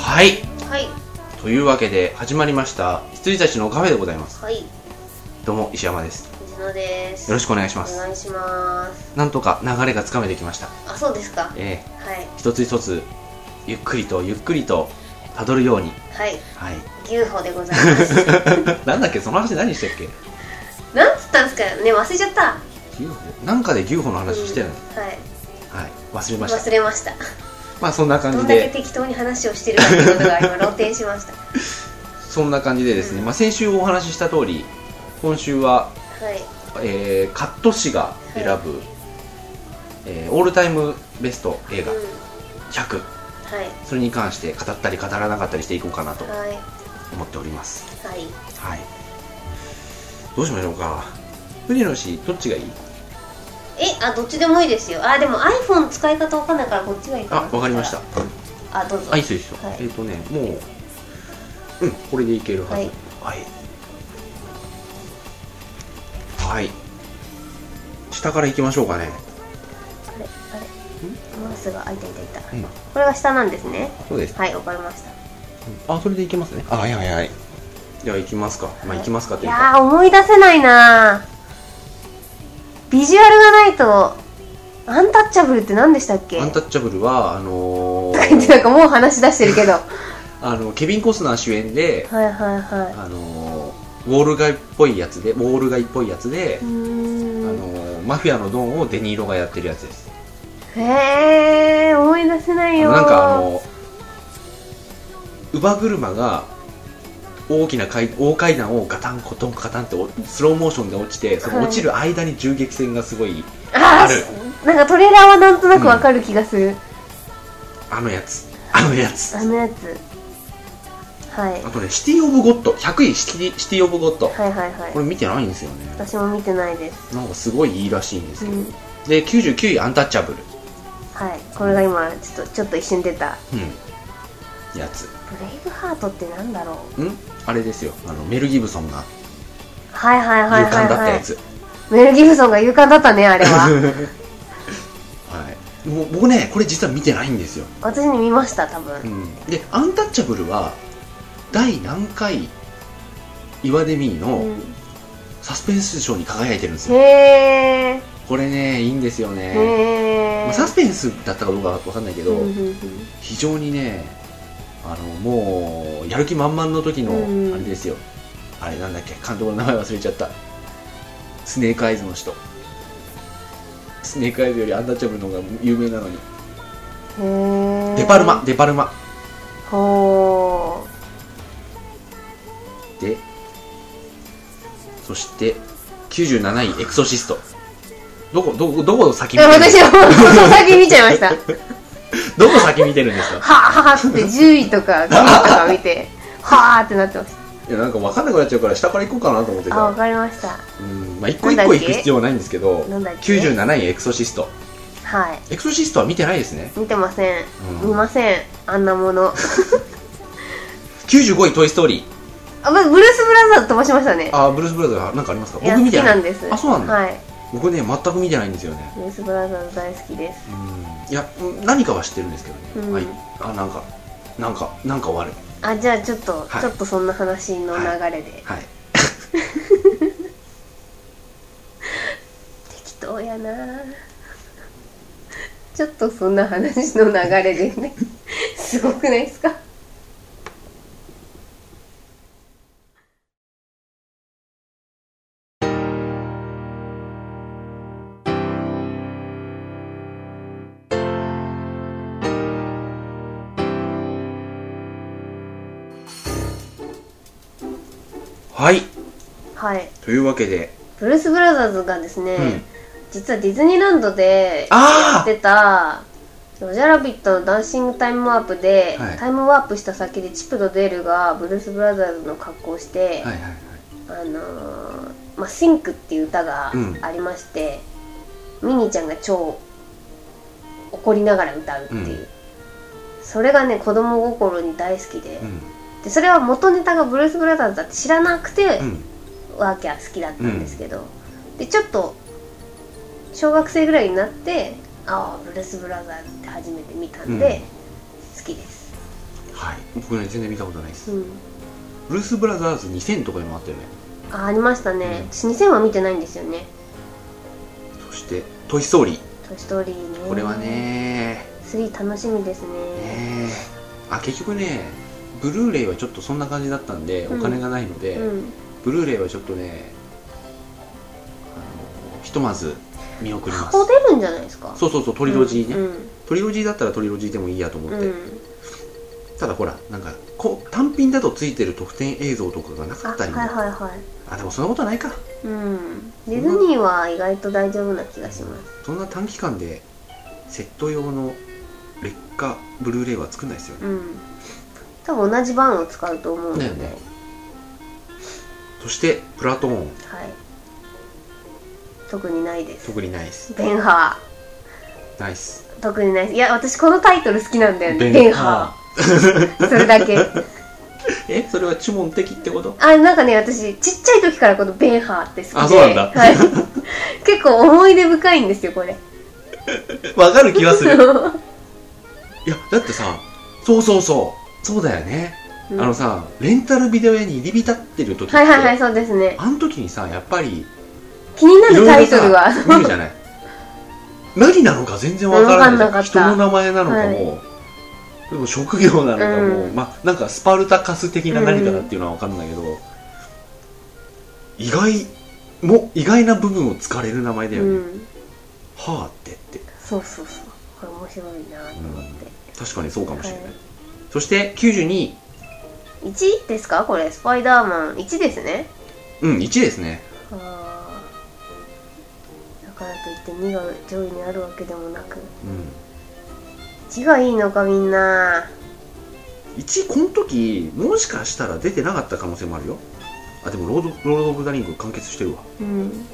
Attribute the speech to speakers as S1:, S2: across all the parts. S1: はい
S2: はい
S1: というわけで始まりました羊たちのカフェでございます
S2: はい
S1: どうも石山です
S2: 藤野です
S1: よろし
S2: く
S1: くお願いし
S2: お
S1: ます
S2: 願いします
S1: なんとか流れがつかめてきました
S2: あそうですか
S1: ええ
S2: はい
S1: 一つ一つゆっくりとゆっくりとたどるように
S2: はい
S1: はい
S2: 牛歩でございます
S1: なんだっけその話何してっけ
S2: なんつったんですかね忘れちゃった
S1: 牛歩なんかで牛歩の話してるの、
S2: うんはい
S1: はい忘れました
S2: 忘れました
S1: まあそんな感
S2: ど
S1: じ
S2: んだけ
S1: で
S2: 適当に話をしてるかっていうことが 今露呈しました
S1: そんな感じでですね、
S2: うん
S1: まあ、先週お話しした通り今週は、
S2: はい
S1: えー、カット誌が選ぶ、えーオールタイムベスト映
S2: う
S1: 画
S2: ん
S1: 100
S2: はい
S1: それに関して語ったり語らなかったりしていこうかなと
S2: はい
S1: 思っております
S2: はい
S1: はいどうしましょうか藤野氏どっちがいい
S2: えあどっちでもいいですよあでも iPhone 使い方わかんないからこっちがいいかな
S1: あわかりました
S2: あどうぞ
S1: あいいですよいいですよ
S2: はい
S1: えっ、とねもううんこれでいけるはず
S2: はい
S1: はい、はい下からいきましょうかね
S2: あれあれマウスがあいたいたいた
S1: うん
S2: これが下なんですね
S1: そうです
S2: はいわかりました
S1: あそれでいけますねあはいはいはいでは行きますか、まあ行きますかと
S2: い
S1: いうか
S2: やー思い出せないなービジュアルがないとアンタッチャブルって何でしたっけ
S1: アンタ
S2: とか
S1: ッチャブルはあのー
S2: 言って なんかもう話し出してる けどは
S1: あのケビン・コスナー主演で
S2: いはいは
S1: あのーウォール街っぽいやつでウォール街っぽいやつであ
S2: いうー、ん
S1: のーマフィアのドンをデニーロがやってるやつです
S2: へえー、思い出せな
S1: あ
S2: い
S1: の
S2: よー
S1: なんかあの乳母車が大きな階大階段をガタンコトンガタンっておスローモーションで落ちてその落ちる間に銃撃戦がすごい
S2: あ
S1: ある
S2: ーなんかトレーラーはなんとなくわかる気がする、
S1: あのやつあのやつ
S2: あのやつはい
S1: あとねシティ・オブ・ゴッド100位シティシティ・オブ・ゴッド
S2: はいはいはい
S1: これ見てないんですよね
S2: 私も見てないです、
S1: なんかすごいいいらしいんです
S2: う
S1: けど
S2: ん、
S1: で99位アンタッチャブル
S2: はいこれが今ちょっとちょっと一瞬出た
S1: うんやつ
S2: ブレイブハートってなんだろう
S1: うんあれですよあのメル・ギブソンが
S2: はいはいはいはい、はい、
S1: 勇敢だったやつ
S2: メル・ギブソンが勇敢だったねあれ は
S1: はいもう僕ねこれ実は見てないんですよ、
S2: 私に見ました多分
S1: うん、でアンタッチャブルは第何回イワデミー
S2: う
S1: の
S2: ん
S1: サスペンス賞に輝いてるんですよ、
S2: へ
S1: これねいいんですよ
S2: え
S1: ね、
S2: へえ
S1: まあ、サスペンスだったかどうかわかんないけど、
S2: うんうんうん
S1: 非常にねあのもうやる気満々の時
S2: うん
S1: のあれですよ、あれなんだっけ監督の名前忘れちゃったスネークアイズの人スネークアイズよりアンタッチャブルの方が有名なのに
S2: へえ
S1: デパルマデパルマ
S2: ほ
S1: でそして97位エクソシストどこどこどこ先
S2: う
S1: 見てる
S2: 私はその先見ちゃいました は
S1: どこ先見てるんですか
S2: あはあって10位とか9位とか 見てはあってなってまし
S1: いやなんか分かんなくなっちゃうから下から行こうかなと思って
S2: たあわ
S1: た
S2: かりました
S1: うんまあ一個一個行く必要はないんですけど
S2: なんだっけ
S1: 97位エクソシスト
S2: はい
S1: エクソシストは見てないですね、
S2: 見てません、
S1: うん
S2: 見ませんあんなもの
S1: 95位「トイ・ストーリー
S2: あブブルース・ブラザーズ飛ばしました」ね
S1: あーブルース・ブラザーなんかありますか
S2: いや
S1: 僕
S2: 好
S1: 見て
S2: き
S1: な
S2: ないんです
S1: あそうなんだ
S2: はい
S1: 僕ね全く見てないんですよね
S2: ブルース・ブラザーズ大好きです
S1: うんいやうん何かは知ってるんですけどね、
S2: うん
S1: はいあなんかなんかなんか悪い
S2: あじゃあちょっと、
S1: はい
S2: ちょっとそんな話の流れで、
S1: はい
S2: 適当やなちょっとそんな話の流れでね すごくないですか
S1: はい
S2: はい
S1: というわけで、
S2: ブルース・ブラザーズがですね、
S1: うん
S2: 実はディズニーランドでやっ
S1: ああ
S2: てた「ロジャーラビット」のダンシングタイムワープで、
S1: はい
S2: タイムワープした先でチップとデールがブルース・ブラザーズの格好をして、
S1: はいはいはい
S2: あのーまあ、シンクっていう歌がありまして、ミニーちゃんが超怒りながら歌うっていう、
S1: うん
S2: それがね子供心に大好きで,、
S1: うん
S2: でそれは元ネタがブルース・ブラザーズだって知らなくて、
S1: うん
S2: ワーキャー好きだったんですけど、でちょっと小学生ぐらいになってああブルース・ブラザーズって初めて見たんで、好きです
S1: はい僕ね全然見たことないです、
S2: うん、
S1: ブルース・ブラザーズ2000とかにもあったよね
S2: あありましたね、私2000は見てないんですよね
S1: そして「トイ・ストーリー
S2: 「トイ・ストーリーね」
S1: これはね
S2: 3楽しみですね
S1: ねあ結局ねブルーレイはちょっとそんな感じだったんで、
S2: うん
S1: お金がないので、
S2: うん
S1: ブルーレイはちょっとねあのひとまず見送ります
S2: 箱出るんじゃないですか
S1: そうそうそうトリロジーね、
S2: うん
S1: トリロジーだったらトリロジーでもいいやと思っ
S2: う
S1: て、
S2: ん、
S1: ただほらなんかこう単品だとついてる特典映像とかがな
S2: あ
S1: かっ
S2: は
S1: た
S2: い
S1: りも
S2: はいはい
S1: あでもそんなことないか
S2: うんディズニーは意外と大丈夫な気がします
S1: そんな短期間でセット用の劣化ブルーレイは作んないですよね、
S2: うん多分同じ版を使うと思うので、
S1: だよねそしてプラトーン
S2: はい特にないです
S1: 特にないです
S2: ベンハ
S1: ナイス
S2: ー特にないですいや私このタイトル好きなんだよね
S1: ベ
S2: ベ
S1: ン
S2: ン
S1: ハ
S2: ハーそれ だけ
S1: えそれはチュモン的ってこと
S2: あなんかね私ちっちゃい時からこのベンハーって好きで
S1: あそうなんだ
S2: はい、結構思い出深いんですよこれ
S1: わかる気がす る
S2: う
S1: いやだってさそうそうそうそうだよね、
S2: ん
S1: あのさレンタルビデオ屋に入り浸ってる時って、
S2: はいはいはいそうですね
S1: あの時にさやっぱり
S2: 気にない
S1: ろ
S2: る
S1: いろ
S2: タイトルは
S1: さ見るじ ゃない何なのか全然わからない
S2: わかんなかった
S1: 人の名前なのかも、でも職業なのかも、
S2: うん
S1: まあなんかスパルタカス的な何かだっていうのはわかんないけど、意外も意外な部分を突かれる名前だよね、
S2: うん
S1: はあってって
S2: そうそうそうこれ面白いなと思って、
S1: 確かにそうかもしれない、
S2: はい
S1: そして92
S2: 1ですかこれスパイダーマン1ですね
S1: うん1ですね
S2: あーだからといって2が上位にあるわけでもなく
S1: うん
S2: 1がいいのかみんな
S1: 1この時もしかしたら出てなかった可能性もあるよあでもロード「ロード・オブ・ザ・リング」完結してるわ
S2: うん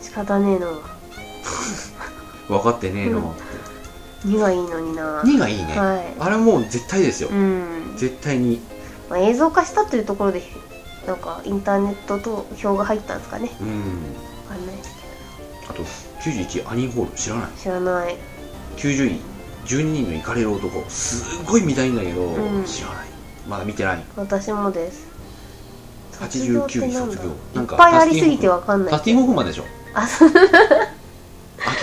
S2: 仕方ねえな
S1: 分かってねえな、
S2: うん2がいいのにな
S1: 2がいいね、
S2: は
S1: あれはもう絶対ですよ、
S2: いうん、
S1: 絶対に
S2: まあ、映像化したというところでなんかインターネットと票が入ったんですかね
S1: うん
S2: わかんないですけ
S1: あと91位アニーホール知らない
S2: ど知らない
S1: 90位12人のイカれる男すっごい見たいんだけど、
S2: うん
S1: 知らないまだ見てない
S2: 私もです
S1: 89位
S2: なん
S1: 卒
S2: だ
S1: 業
S2: いっぱいありすぎて
S1: は
S2: わかんない
S1: タスティン・ホフマンでしょ
S2: あそう
S1: 明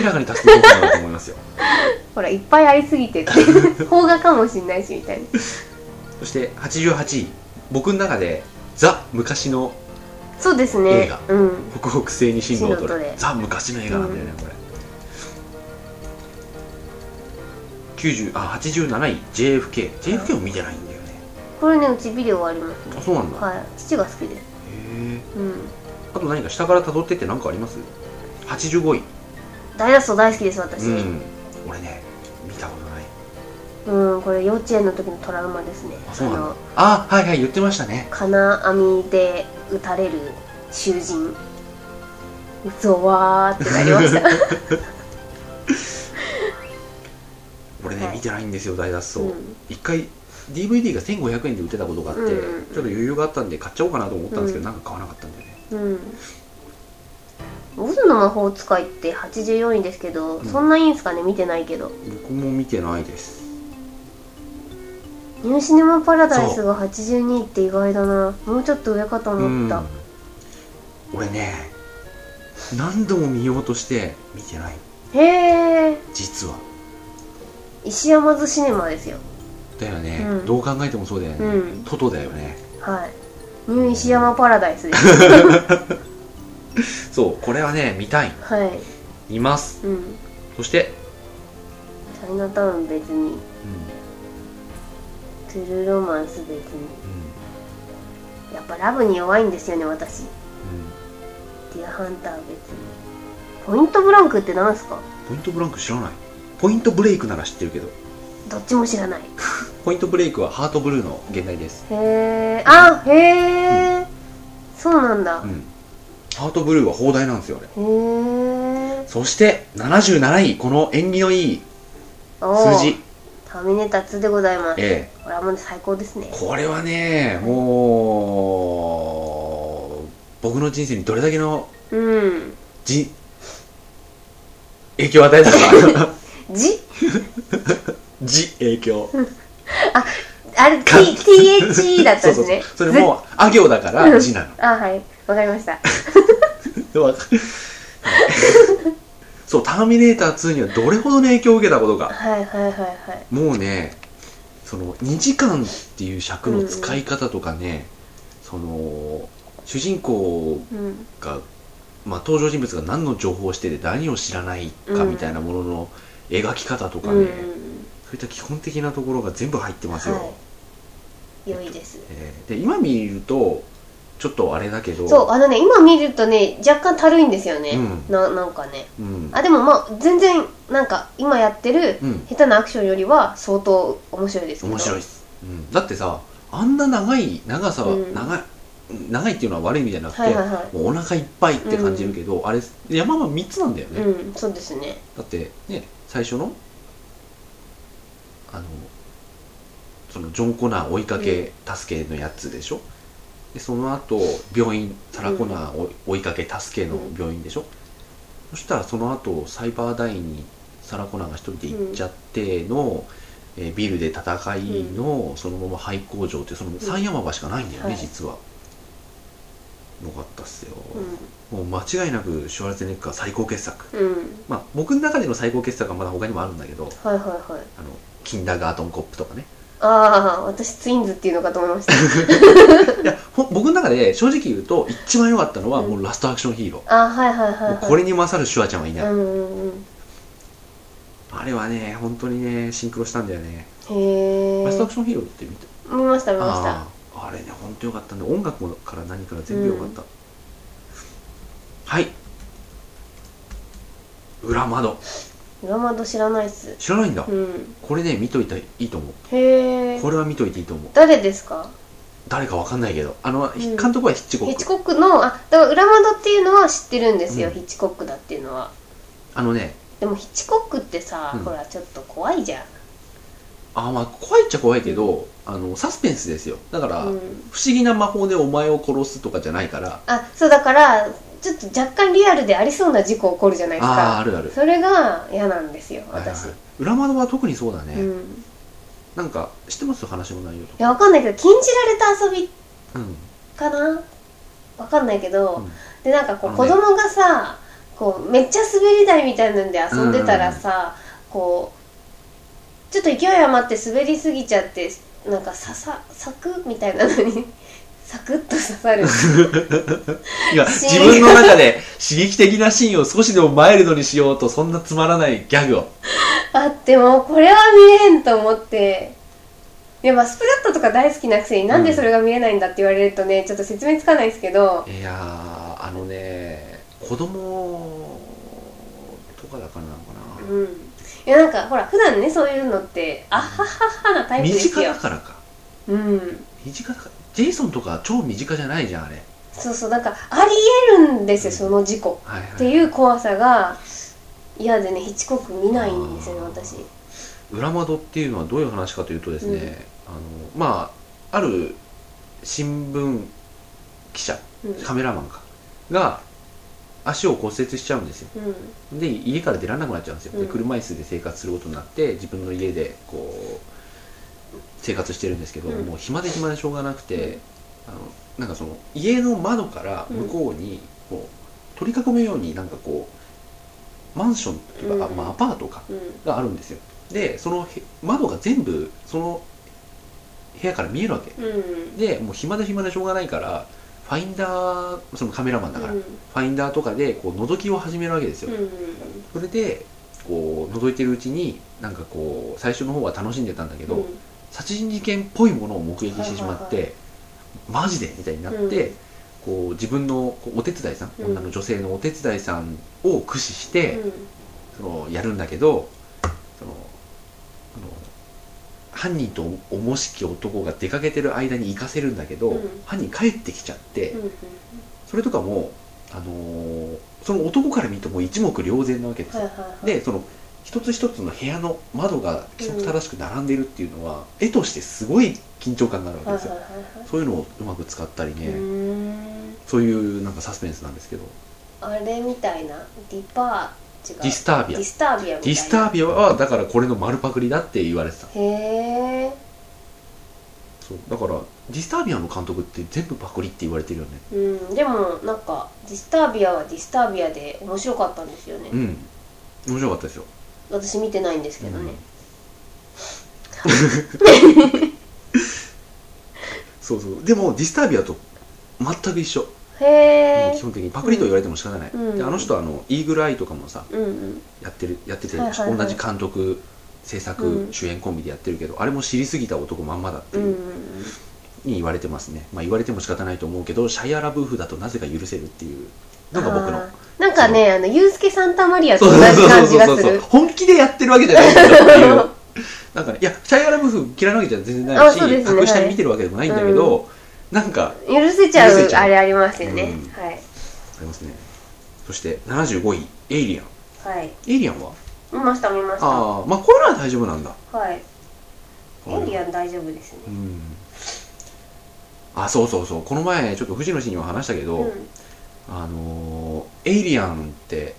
S1: らかにタスティン・ホフマンだと思いますよ
S2: ほらいっぱいありすぎてって邦画かもしんないし みたいな
S1: そして88位僕の中でザ昔の
S2: そうですね
S1: 映画
S2: うん
S1: 北北西に進路を取
S2: 進路を
S1: る
S2: 取れ
S1: ザ昔の映画なんだよね、これ90あ87位 JFK JFK も見てないんだよね
S2: これねうちビデオありますね
S1: あそうなんだ、
S2: はい父が好きで
S1: へ
S2: す
S1: え
S2: うん
S1: あと何か下から辿ってって何かあります ?85 位
S2: ダイダスト大好きです私
S1: うん俺ね見たことない
S2: うん、これ幼稚園の時のトラウマですね
S1: あそうなんだ
S2: の
S1: あはいはい言ってましたね
S2: 金網で撃たれる囚人ゾワーってなりま した
S1: 俺ね、
S2: はい
S1: 見てないんですよ大脱走、
S2: うん
S1: 一回 DVD が1500円で売ってたことがあって、
S2: うん
S1: ちょ
S2: うん
S1: っと余裕があったんで買っちゃおうかなと思ったんですけど、
S2: うん
S1: なんか買わなかったんだよね
S2: うんオズの魔法使いって84位ですけど、
S1: うん
S2: そんないいんすかね見てないけど
S1: 僕も見てないです
S2: ニューシネマパラダイスが82位って意外だなもうちょっと上かと思った、
S1: 俺ね何度も見ようとして見てない
S2: へえ
S1: 実は
S2: 石山津シネマですよ
S1: だよね、
S2: うん
S1: どう考えてもそうだよね、
S2: うん
S1: トトだよね
S2: はいニュー石山パラダイスです
S1: そうこれはね見たい
S2: はい
S1: います
S2: うん
S1: そして
S2: チャイナタウン別にトゥルーロマンス別にやっぱラブに弱いんですよね私ディアハンター別にポイントブランクって何すか
S1: ポイントブランク知らないポイントブレイクなら知ってるけど
S2: どっちも知らない
S1: ポイントブレイクはハートブルーの現代です、
S2: へえあへえ、そうなんだ、
S1: うん、ハートブルーは放題なんですよあれ
S2: へえ
S1: そして77位この縁起のいい数字
S2: ターミネーター2でございます
S1: ええ
S2: これはもう最高ですね
S1: これはねもう僕の人生にどれだけの
S2: うん
S1: じ 影響を与えたか
S2: じ
S1: 字影響
S2: あれ T- THE だったんですね
S1: そうそうそうそれもあ行だから字なの
S2: あはいわかりました
S1: でも そう「ターミネーター2」にはどれほどの影響を受けたことが
S2: はいはいはいはい
S1: もうねその2時間っていう尺の使い方とかね、その主人公
S2: うん
S1: が、まあ、登場人物が何の情報をしてて何を知らないかみたいなものの描き方とか
S2: う
S1: ね、
S2: ん
S1: そういった基本的なところが全部入ってますよ、
S2: はい良いです
S1: えーで今見るとちょっとあれだけど
S2: そうあのね今見るとね若干たるいんですよね、
S1: うん
S2: ななんかね
S1: うん
S2: あでもまあ全然なんか今やってる
S1: うん、
S2: 下手なアクションよりは相当面白いですけど
S1: 面白いです、うん、だってさあんな長い長さは、
S2: うん
S1: 長い長いっていうのは悪い意味じゃなくて、
S2: はいはいは
S1: もうお腹いっぱいって感じるけど、あれ山は3つなんだよ
S2: い、
S1: ね、
S2: うんそうですね
S1: だってね最初のあのそのジョン・コナー追いかけ助けのやつでしょ、でその後病院タラコナーを追いかけ助けの病院でしょ、そしたらその後サイバーダインにサラコナーが一人で行っちゃっての、えービルで戦いの、そのまま廃工場ってその三山場しかないんだよね、
S2: はい
S1: 実は。よかったっすよ、
S2: う
S1: もう間違いなくシュワルツェネッガー最高傑作
S2: んうん
S1: まあ、僕の中での最高傑作はまだ他にもあるんだけど
S2: はいはいはい
S1: あのキンダーガートンコップとかね
S2: ああ私ツインズっていうのかと思い ました
S1: いやほ僕の中で正直言うと一番良かったのは
S2: うん
S1: もうラストアクションヒーロ
S2: あーはいは
S1: ー、
S2: いはい、
S1: も
S2: は
S1: う
S2: い、
S1: これに勝るシュワちゃんはいない、
S2: うんうんうん
S1: あれはね本当にねシンクロしたんだよね、
S2: へえ
S1: ラストアクションヒーローって見て
S2: 見ました見ました
S1: あーあれね本当良かったんで音楽から何から全部良かった、はい裏窓
S2: 裏窓知らないっす
S1: 知らないんだ、
S2: うん
S1: これね見といたらいいと思う
S2: へえ
S1: これは見といていいと思う
S2: 誰ですか
S1: 誰かわかんないけどあの、
S2: ん
S1: 監督はヒッチコ
S2: ヒ
S1: ッ
S2: ッチ
S1: ク
S2: コックのあだから裏窓っていうのは知ってるんですよ、
S1: うん
S2: ヒッチコックだっていうのは
S1: あのね
S2: でもヒッチコックってさ、
S1: うん
S2: ほらちょっと怖いじゃん
S1: あまあ怖いっちゃ怖いけど、あのサスペンスですよだから、
S2: う
S1: 不思
S2: ん、
S1: 議な魔法でお前を殺すとかじゃないから
S2: あそうだからちょっと若干リアルでありそうな事故起こるじゃないです
S1: ああーあ
S2: か
S1: るある
S2: それが嫌なんですよ私、
S1: はいはい裏窓は特にそうだね、
S2: うん、い
S1: なんか知ってます話の内容と
S2: や
S1: か
S2: わかんないけど禁じられた遊び
S1: うん
S2: かなわかんないけど、
S1: うん
S2: でなんかこう
S1: あの
S2: 子
S1: ね
S2: 供がさこうめっちゃ滑り台みたいなんで遊んでたらさ、こうちょっと勢い余って滑りすぎちゃってなんかささサクみたいなのに サクッと刺 さる
S1: いや
S2: シ
S1: 自
S2: ーン
S1: 分の中で刺激的なシーンを少しでもマイルドにしようとそんなつまらないギャグを
S2: あってもうこれは見れんと思って。いやまあスプラットとか大好きなくせになんでそれが見えないんだって言われるとねちょっと説明つかないですけど
S1: いやーあのね子供とかだからなのかな、
S2: うんいやなんかほら普段ねそういうのってあはははなタイプ
S1: 身
S2: です
S1: 近
S2: よ
S1: だからか
S2: うん
S1: 身近だからジェイソンとか超身近じゃないじゃんあれ
S2: そうそうなんかありえるんですよその事故
S1: はいはい
S2: っていう怖さが嫌でねヒッチコック見ないんですよね
S1: あー
S2: 私
S1: 裏窓っていうのはどういう話かというとですね、あのまあある新聞記者
S2: うん
S1: カメラマンかが足を骨折しちゃうんですよ
S2: うん
S1: で家から出られなくなっちゃうんですよ、
S2: うん
S1: で車椅子で生活することになって自分の家でこう生活してるんですけど、
S2: うん
S1: もう暇で暇でしょうがなくて、あのなんかその家の窓から向こうにこう取り囲むようになんかこうマンションとか、あ
S2: うん
S1: まあ、アパートか
S2: うん
S1: があるんですよでそのへ窓が全部その部屋から見えるわけ
S2: うん
S1: でもう暇で暇でしょうがないからファインダーそのカメラマンだから、
S2: うん
S1: ファインダーとかでこう覗きを始めるわけですよ、
S2: うん
S1: それでこう覗いてるうちになんかこう最初の方は楽しんでたんだけど、
S2: うん
S1: 殺人事件っぽいものを目撃してしまって、
S2: はい
S1: マジでみたいになって、
S2: うん
S1: こう自分のこうお手伝いさん、
S2: うん
S1: 女の女性のお手伝いさんを駆使して、
S2: うん
S1: そのやるんだけどそのあの犯人とおもしき男が出かけてる間に行かせるんだけど、
S2: うん
S1: 犯人帰ってきちゃって、
S2: うん
S1: それとかも、あのーその男から見ても一目瞭然なわけです
S2: はい
S1: よ、
S2: はいはい
S1: でその一つ一つの部屋の窓が規則正しく並んでいるっていうのは、絵としてすごい緊張感があるわけ
S2: はい
S1: で
S2: はい
S1: すよ、
S2: はいは
S1: そういうのをうまく使ったりね、
S2: いうーん
S1: そういうなんかサスペンスなんですけど
S2: あれみたいなディパ違う
S1: ディスタービア
S2: ディスタービアみた
S1: デ
S2: いな
S1: ィスタービアはだからこれの丸パクリだって言われてた
S2: へえ
S1: そうだからディスタービアの監督って全部パクリって言われてるよね
S2: うんでもなんかディスタービアはディスタービアで面白かったんですよね、
S1: うん面白かったですよ、
S2: 私見てないんですけど
S1: うん
S2: ね、
S1: そうそうでもディスタービアと全く一緒、
S2: へ
S1: もう
S2: え
S1: 基本的にパクリと言われても仕方ない、
S2: うん
S1: であの人はあのイーグルアイとかもさ
S2: うんうん
S1: やってるやってて、
S2: はいはいはい
S1: 同じ監督制作、
S2: うん
S1: 主演コンビでやってるけどあれも知りすぎた男まんまだって
S2: う
S1: い
S2: ん
S1: う、
S2: うんうん
S1: に言われてますね、まあ、言われても仕方ないと思うけどシャイアラブーフだとなぜか許せるっていうのが僕の
S2: あーなんかねあのユースケ・サンタマリアと
S1: そう
S2: 同じ
S1: そう
S2: 感じが
S1: そう
S2: す
S1: そう
S2: る
S1: 本気でやってるわけじゃないんだよっていう なんかねいやシャイアラブーフ嫌いなわけじゃ全然な
S2: あ
S1: いし、
S2: そうですね
S1: 隠して見てるわけでもないんだけど、なんか
S2: 許せちゃ
S1: 許せ
S2: う
S1: ちゃう
S2: あれありますよね、
S1: うん
S2: はい
S1: ありますねそして75位エイリアン
S2: はい
S1: エイリアンは
S2: 見ました見ましたは
S1: ああまあこういうのは大丈夫なんだ
S2: いエイリアン大丈夫ですね
S1: うんあそうそうそうこの前ちょっと藤野氏には話したけど、
S2: うん
S1: あのーエイリアンって、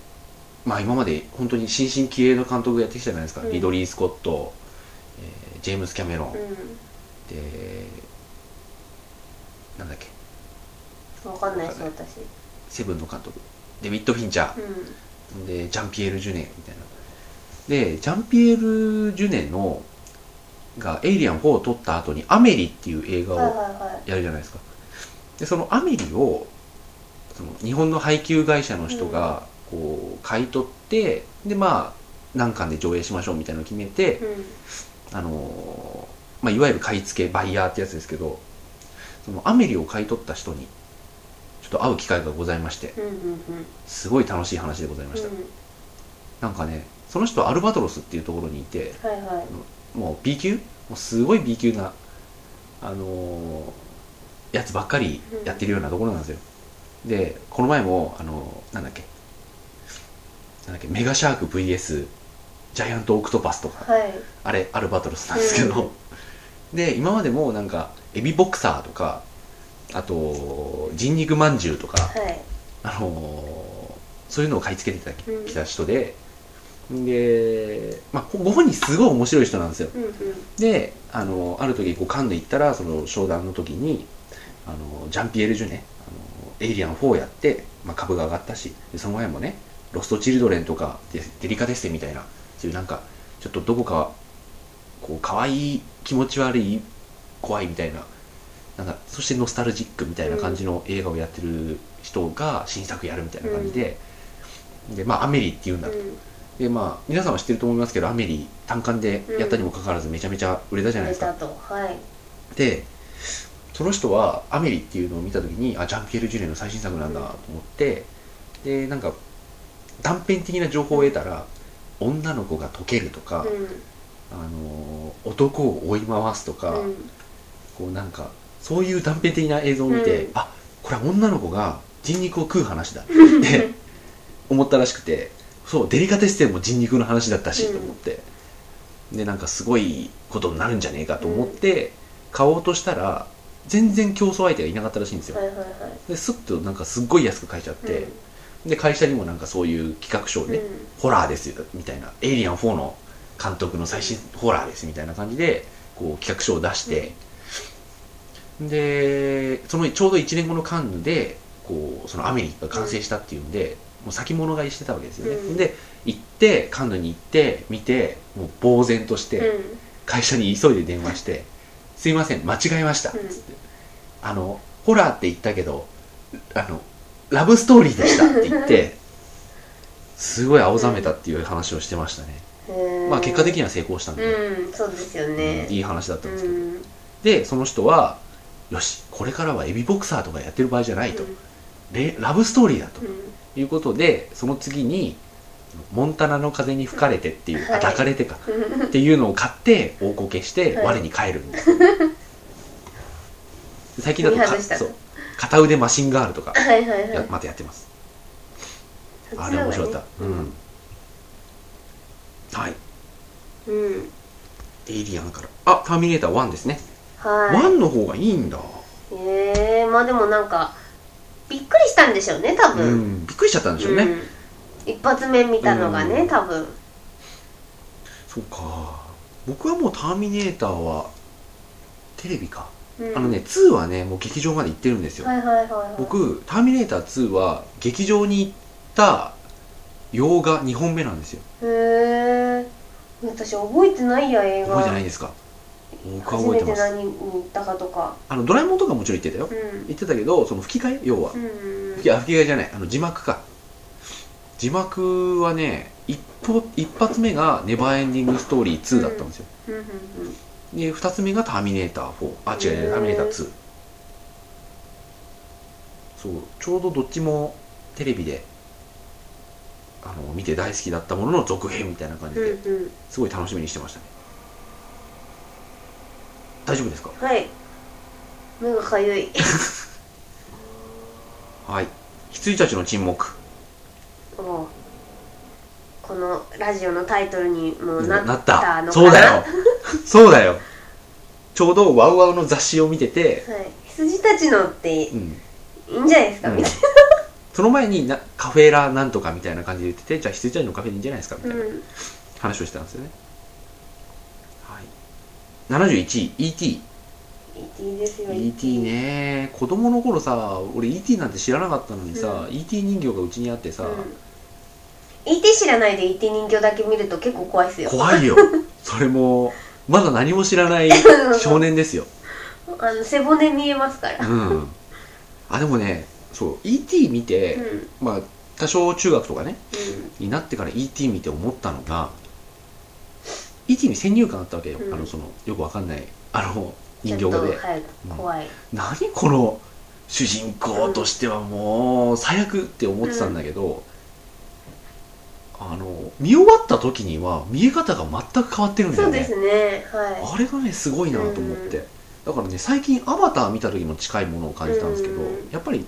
S1: まあ、今まで本当に新進気鋭の監督やってきたじゃないですか、
S2: うん
S1: リドリー・スコット、えージェームス・キャメロン、
S2: う
S1: でなんだっけ
S2: んわかんないです私
S1: セブンの監督でウィット・フィンチャ
S2: う
S1: ーでジャンピエール・ジュネみたいなでジャンピエール・ジュネのが「エイリアン4」を撮った後に「アメリ」っていう映画
S2: んはい
S1: を
S2: は
S1: やるじゃないですかでそのアメリをその日本の配給会社の人がこう買い取ってでまあ何巻で上映しましょうみたいなのを決めて
S2: いはい
S1: あのーまあ、いわゆる買い付けバイヤーってやつですけどそのアメリを買い取った人にちょっと会う機会がございまして
S2: うんうんうんうん
S1: すごい楽しい話でございました、
S2: う
S1: なんかねその人はアルバトロスっていうところにいて
S2: んはいはい
S1: もう B 級もうすごい B 級な、あのーやつばっかりやってるようなところなんですよ、でこの前も、あのーなんだっけなんだっけメガシャーク VS ジャイアントオクトパスとか
S2: はい
S1: あれアルバトロスなんですけど、で今までもなんかエビボクサーとかあと人肉まんじゅうとか、
S2: はい
S1: あのーそういうのを買い付けてた
S2: うん
S1: きた人で、で、まあ、ご本人すごい面白い人なんですよ
S2: うんうん
S1: であのある時こうカンヌ行ったらその商談の時にあのジャンピエール・ジュネあのエイリアン4やって、まあ、株が上がったしでその前もねロスト・チルドレンとかデデリカデッセみたいなそういうなんかちょっとどこかこう可愛い気持ち悪い怖いみたいななんかそしてノスタルジックみたいな感じの映画をやってる人が新作やるみたいな感じで、でまあアメリっていうんだと
S2: うん
S1: でまあ、皆さんは知ってると思いますけどアメリ単館でやったにもかかわらずめちゃめちゃ売れたじゃないで
S2: 出
S1: すか、
S2: たとはい
S1: でその人はアメリっていうのを見た時にあジャンピエール・ジュネの最新作なんだと思って、でなんか断片的な情報を得たら女の子が溶けるとか、
S2: う
S1: あのー男を追い回すとか、
S2: んうん
S1: こうなんかそういう断片的な映像を見て、
S2: うん
S1: あこれは女の子が人肉を食う話だって言って 思ったらしくてそうデリカテッセンも人肉の話だったしと思って、でなんかすごいことになるんじゃねえかと思って買おうとしたら全然競争相手がいなかったらしいんですよ
S2: はいはいはい
S1: ですっとなんかすっごい安く買えちゃって、で会社にもなんかそういう企画書をね、
S2: うん
S1: ホラーですよみたいな「エイリアン4」の監督の最新ホラーですみたいな感じでこう企画書を出して、でそのちょうど1年後のカンヌでこうそのアメリが完成したっていうんで、もう先物買いしてたわけですよね、
S2: うん
S1: で行ってカンヌに行って見てもう呆然として、
S2: うん
S1: 会社に急いで電話して「すいません間違えました」つっ
S2: う
S1: て
S2: ん
S1: 「あのホラーって言ったけどあのラブストーリーでした」って言って すごい青ざめたっていう話をしてましたね、
S2: へー
S1: まあ結果的には成功したんでね、
S2: うんそうですよね
S1: いい話だったんですけど、
S2: うん
S1: でその人は「よしこれからはエビボクサーとかやってる場合じゃないと」レラブストーリーだ」と
S2: うん
S1: いうことでその次に「モンタナの風に吹かれて」っていう、あ
S2: はい
S1: 抱かれてか
S2: うん
S1: っていうのを買って大こけして
S2: はい
S1: 我に返るんですよ、最近だと
S2: 踏み
S1: か
S2: 外した
S1: そう片腕マシンガールとか
S2: はいはいは
S1: や
S2: い
S1: またやってます
S2: そっちの
S1: あ
S2: 方が
S1: れ
S2: ね
S1: 面白かった、うんはい
S2: うん
S1: エイリアンからあターミネーター1ですね、
S2: は
S1: 1の方がいいんだ、
S2: いええまあでもなんかびっくりしたんでしょうね多
S1: うん
S2: 分
S1: びっくりしちゃったんでしょうね、
S2: うん一発目見たのがね、
S1: うん
S2: 多分
S1: そうか僕はもう「ターミネーター」はテレビか、
S2: うん
S1: あのね2はねもう劇場まで行ってるんですよ、
S2: はいはいはいはい
S1: 僕「ターミネーター2」は劇場に行った洋画2本目なんですよ
S2: へえ私覚えてないや映画
S1: 覚えてないですか僕は
S2: 初
S1: 覚えて
S2: め
S1: ま
S2: て
S1: す
S2: 何に行ったかとか
S1: あのドラえもんとかもちろん言ってたよ
S2: うんうん
S1: 言ってたけどその吹き替え要は、
S2: うん
S1: いや吹き替えじゃないあの字幕か字幕はね一歩一発目が「ネバーエンディングストーリー2」だったんですよ、
S2: うんうん
S1: で二つ目が「ターミネーター4」あ違う違
S2: へ
S1: う「
S2: ー
S1: ターミネーター2」そうちょうどどっちもテレビであの見て大好きだったものの続編みたいな感じ
S2: うん
S1: で、
S2: うんうん
S1: すごい楽しみにしてましたね大丈夫ですか
S2: はい目がかゆい
S1: はい羊たちの沈黙
S2: もうこのラジオのタイトルにもうな
S1: な
S2: っ
S1: ったた
S2: のかな
S1: そうだ よそうだよちょうどワウワウの雑誌を見てて、
S2: はい羊たちのってい
S1: うん
S2: いんじゃないですか、
S1: うん
S2: みたい
S1: その前になカフェラなんとかみたいな感じで言っててじゃあ羊たちのカフェにいいんじゃないですかみたい
S2: な
S1: な、
S2: うん
S1: 話をしてたんですよね、はい、71位 ET
S2: ET ですよ
S1: ET ね子供の頃さ俺 ET なんて知らなかったのにさ、
S2: う
S1: ET 人形がうちにあってさ、
S2: うん ET 知らないで ET 人形だけ見ると結構怖いですよ
S1: 怖いよそれもまだ何も知らない少年ですよ、
S2: あの背骨見えますから
S1: うん、あでもねそう ET 見
S2: うん
S1: て、
S2: うん
S1: まあ多少中学とかねになってから ET 見て思ったのが ET に先入観あったわけよ、
S2: うん
S1: あのそのよくわかんないあの人
S2: ちょ
S1: 形
S2: っ
S1: 画
S2: と
S1: で
S2: はい怖い
S1: 何この主人公としてはもう最悪って思ってたんだけど、あの見終わった時には見え方が全く変わってるんだ
S2: そ
S1: よ
S2: う
S1: ね
S2: ですねは
S1: あれがねすごいなと思って、だからね最近アバター見た時も近いものを感じたんですけど、
S2: うん
S1: やっぱり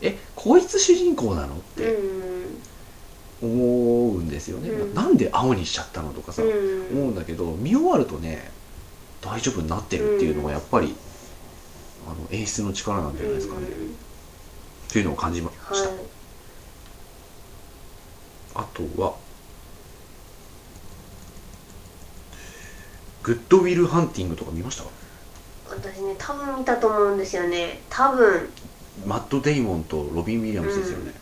S1: えこいつ主人公なのっ
S2: い
S1: て
S2: うん
S1: 思うんですよね、
S2: うん
S1: ななんで青にしちゃったのとかさ、
S2: うん
S1: 思うんだけど見終わるとね大丈夫になってるっていうのはやっぱり、あの演出の力なんじゃないですかね、
S2: うん
S1: っていうのを感じました、
S2: はい
S1: あとはグッドウィルハンティングとか見ました
S2: 私ね多分見たと思うんですよね多分
S1: マット・デイモンとロビン・ウィリアムスですよね、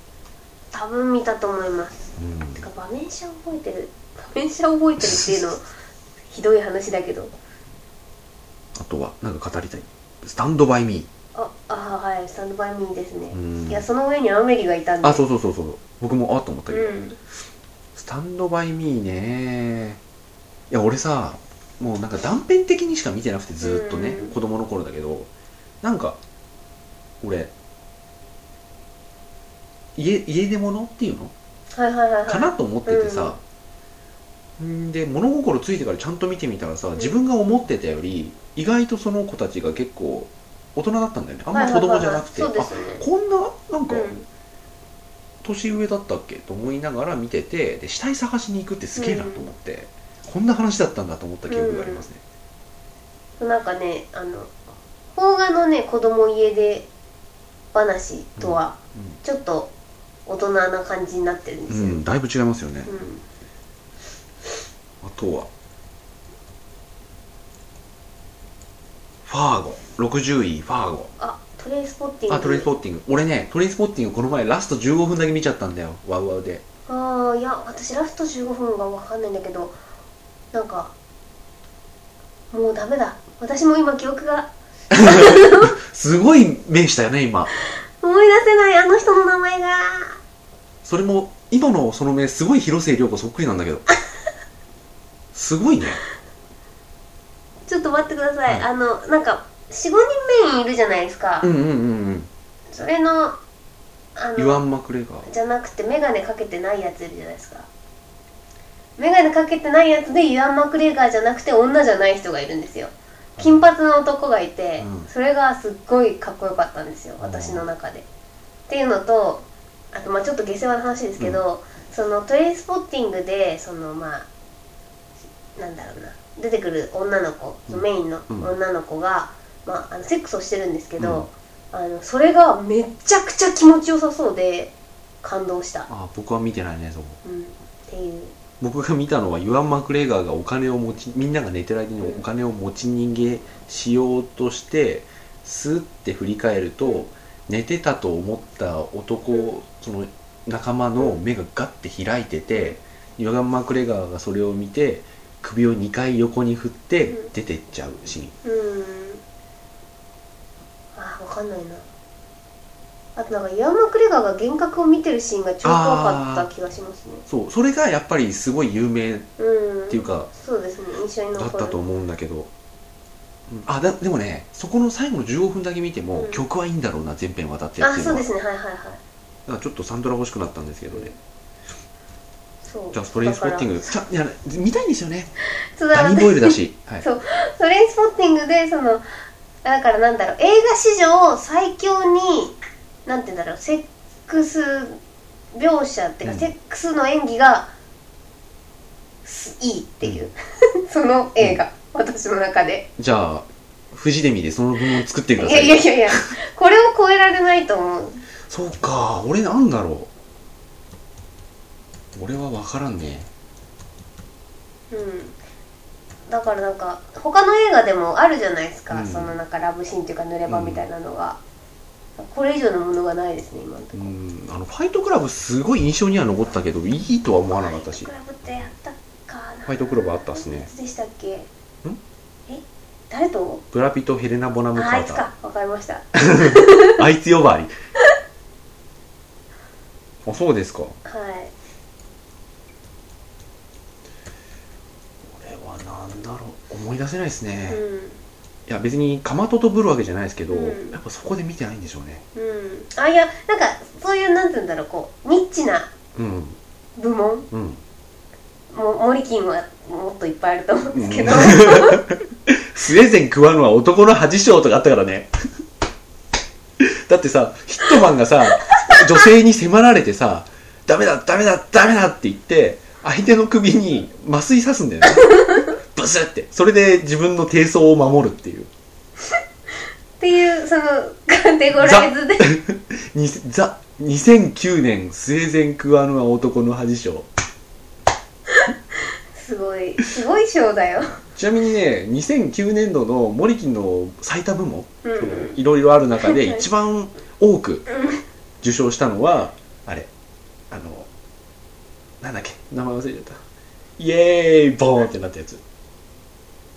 S2: 多分見たと思います
S1: うん
S2: てか場面者覚えてる場面者覚えてるっていうの ひどい話だけど
S1: あとはなんか語りたいスタンド・バイ・ミ
S2: ああはいスタンドバイミーですね
S1: ー、うん
S2: いやその上にアメリがいたんで
S1: あそうそうそうそう僕もあと思ったけど、
S2: うん
S1: スタンドバイミーねいや俺さもうなんか断片的にしか見てなくてずーっとね、
S2: うん
S1: 子供の頃だけどなんか俺家家出物っていうの
S2: はいはいはいはい
S1: かなと思っててさ、んで物心ついてからちゃんと見てみたらさ自分が思ってたより意外とその子たちが結構大人だったんだよねあんま子供じゃなくて、
S2: はいはいはいはいそう
S1: あ
S2: ですね
S1: こんななんか
S2: うん
S1: 年上だったっけと思いながら見ててで死体探しに行くってすげえなと思って、こんな話だったんだと思った記憶がありますね、
S2: なんかねあの邦画のね子供家で話とは
S1: う
S2: ちょっと大人な感じになってるんです
S1: ん
S2: よ、
S1: だいぶ違いますよね
S2: うん
S1: あとはファーゴ60位ファーゴ
S2: あトレインスポッティング
S1: あトレインスポッティング俺ねトレインスポッティングこの前ラスト15分だけ見ちゃったんだよワウワウで
S2: あーいや私ラスト15分がわかんないんだけどなんかもうダメだ私も今記憶が
S1: すごい目したよね今
S2: 思い出せないあの人の名前が
S1: それも今のその目すごい広末涼子そっくりなんだけどすごいね
S2: ちょっと待ってください、
S1: はい
S2: あのなんか45人メインいるじゃないですか、
S1: うんうんうんうん
S2: それのあの
S1: イワン・マクレガー
S2: じゃなくて眼鏡かけてないやついるじゃないですか眼鏡かけてないやつでユアン・マクレガーじゃなくて女じゃない人がいるんですよ金髪の男がいて、
S1: うん
S2: それがすっごいかっこよかったんですよ
S1: ん
S2: 私の中で、っていうのとあとまあちょっと下世話な話ですけど、そのトレインスポッティングでそのまあなんだろうな出てくる女の子、
S1: うん
S2: メインの
S1: うん
S2: 女の子が、まあ、あのセックスをしてるんですけど、あのそれがめちゃくちゃ気持ちよさそうで感動した、
S1: あ僕は見てないねそこ
S2: うん、っていう
S1: 僕が見たのはユアン・マクレガーがお金を持ちみんなが寝てる間にお金を持ち逃げしようとしてスーって振り返ると寝てたと思った男その仲間の目がガッて開いててユアン・マクレガーがそれを見て首を2回横に振って
S2: うん
S1: 出てっちゃうシーン
S2: うんあーわかんないなあとなんかイアン・マクレガーが幻覚を見てるシーンが超怖かった気がしますね
S1: そうそれがやっぱりすごい有名っ
S2: うん
S1: ていうか
S2: そうですね印象に残
S1: だ
S2: る
S1: ったと思うんだけどうんあだでもねそこの最後の15分だけ見ても、
S2: うん
S1: 曲はいいんだろうな全編渡ってやっ
S2: あ
S1: てるの
S2: そ
S1: は
S2: うですねはいはいはい
S1: だからちょっとサンドラ欲しくなったんですけどね。
S2: そう
S1: じゃあ、ストレインスポッティング、ちゃいや見たいんですよね。
S2: そうだか
S1: ダ
S2: ら
S1: ニーボイルだし。はい
S2: そ。うトレインスポッティングでそのだからなんだろう映画史上最強になんて言うんだろうセックス描写っていうか、
S1: うん
S2: セックスの演技がすいいっていう、 その映画、私の中で
S1: じゃあ、フジデミでその部門作って
S2: い
S1: くださ
S2: や
S1: い。
S2: いやいやいやこれを超えられないと思う
S1: そうか、俺なんだろう。俺は分からんね。
S2: うんだからなんか他の映画でもあるじゃないですか、
S1: うん
S2: そのなんかラブシーンっていうか濡れ場みたいなのが、これ以上のものがないですね今のと
S1: う
S2: ころ、
S1: ん、あの、ファイトクラブすごい印象には残ったけど、いいとは思わなかったし
S2: ファイ。トクラブってやったかな
S1: ファイトクラブあったっすね
S2: いつでしたっけんえ誰と
S1: ブラピとヘレナ・ボナム・
S2: あ
S1: カ
S2: あい
S1: ー
S2: つ
S1: ター
S2: か。わかりました
S1: あいつ呼ばわり。 あ、そうですか。
S2: はい
S1: 俺はなんだろう。思い出せないですね。
S2: う
S1: いや別にかまととぶるわけじゃないですけど、
S2: うん
S1: やっぱそこで見てないんでしょうね
S2: んうんあいやなんかそういうなんて言うんだろうこうニッチな
S1: うん
S2: 部門
S1: うん
S2: もモリキンはもっといっぱいあると思うんですけど、
S1: スウェーデン食わんのは男の恥章とかあったからねだってさヒットマンがさ女性に迫られてさダメだダメだダメだって言って相手の首に麻酔刺すんだよねブスってそれで自分の低層を守るっていう
S2: っていうそのカテゴライズで
S1: にザ2009年スウェーデン食わんのは男の恥章
S2: すごいすごい賞だよ
S1: ちなみにね2009年度のモリキンの最多部門
S2: うんうん
S1: いろいろある中
S2: は
S1: で
S2: い
S1: 一番多く受賞したのはあれあのなんだっけ名前忘れちゃったイエーイボーンってなったやつ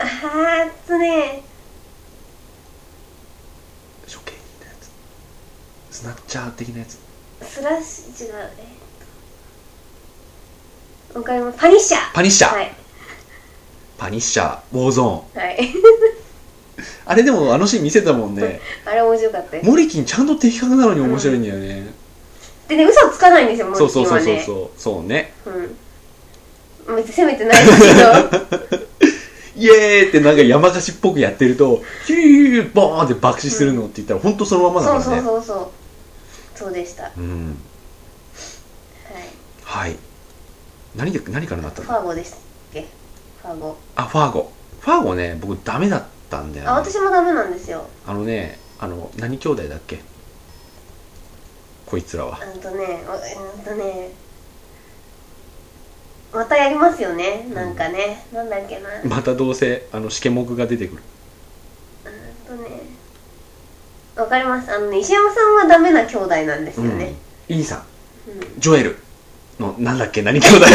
S2: あーっとね
S1: 処刑人のやつスナッチャー的なやつ
S2: スラッシュ違うえっとわかりますパニッシャー
S1: パニッシャー、
S2: はい
S1: パニッシャーウォーゾーン
S2: はい
S1: あれでもあのシーン見せたもんね
S2: あれ面白かったです
S1: モリキンちゃんと的確なのに面白いんだよね、
S2: でね嘘をつかないんですよモ
S1: そう
S2: リキ
S1: そう
S2: ン
S1: そう
S2: は
S1: そう
S2: ね
S1: そうそうね
S2: うん別に責めてない ですけど
S1: イエーイってなんか山菓子っぽくやってるとヒューヒューヒューボーンって爆死するのって言ったら本当そのままだから
S2: そう
S1: ね
S2: そうそうそうそうでしたはい
S1: うんはい何で何からなった
S2: フ
S1: の
S2: ァーゴですっけファーゴ
S1: あファーゴファーゴね僕ダメだったんだよ
S2: あ
S1: な
S2: 私もダメなんですよ
S1: あのねあの何兄弟だっけこいつらは
S2: うんとねおうんとねまたやりますよねなんかね、なんだっけなうん
S1: またどうせあのシケモクが出てくる
S2: とねわかりますあのね石山さんはダメな兄弟なんですよね、
S1: うん、イーサ
S2: うん
S1: ンジョエルのなんだっけ何兄弟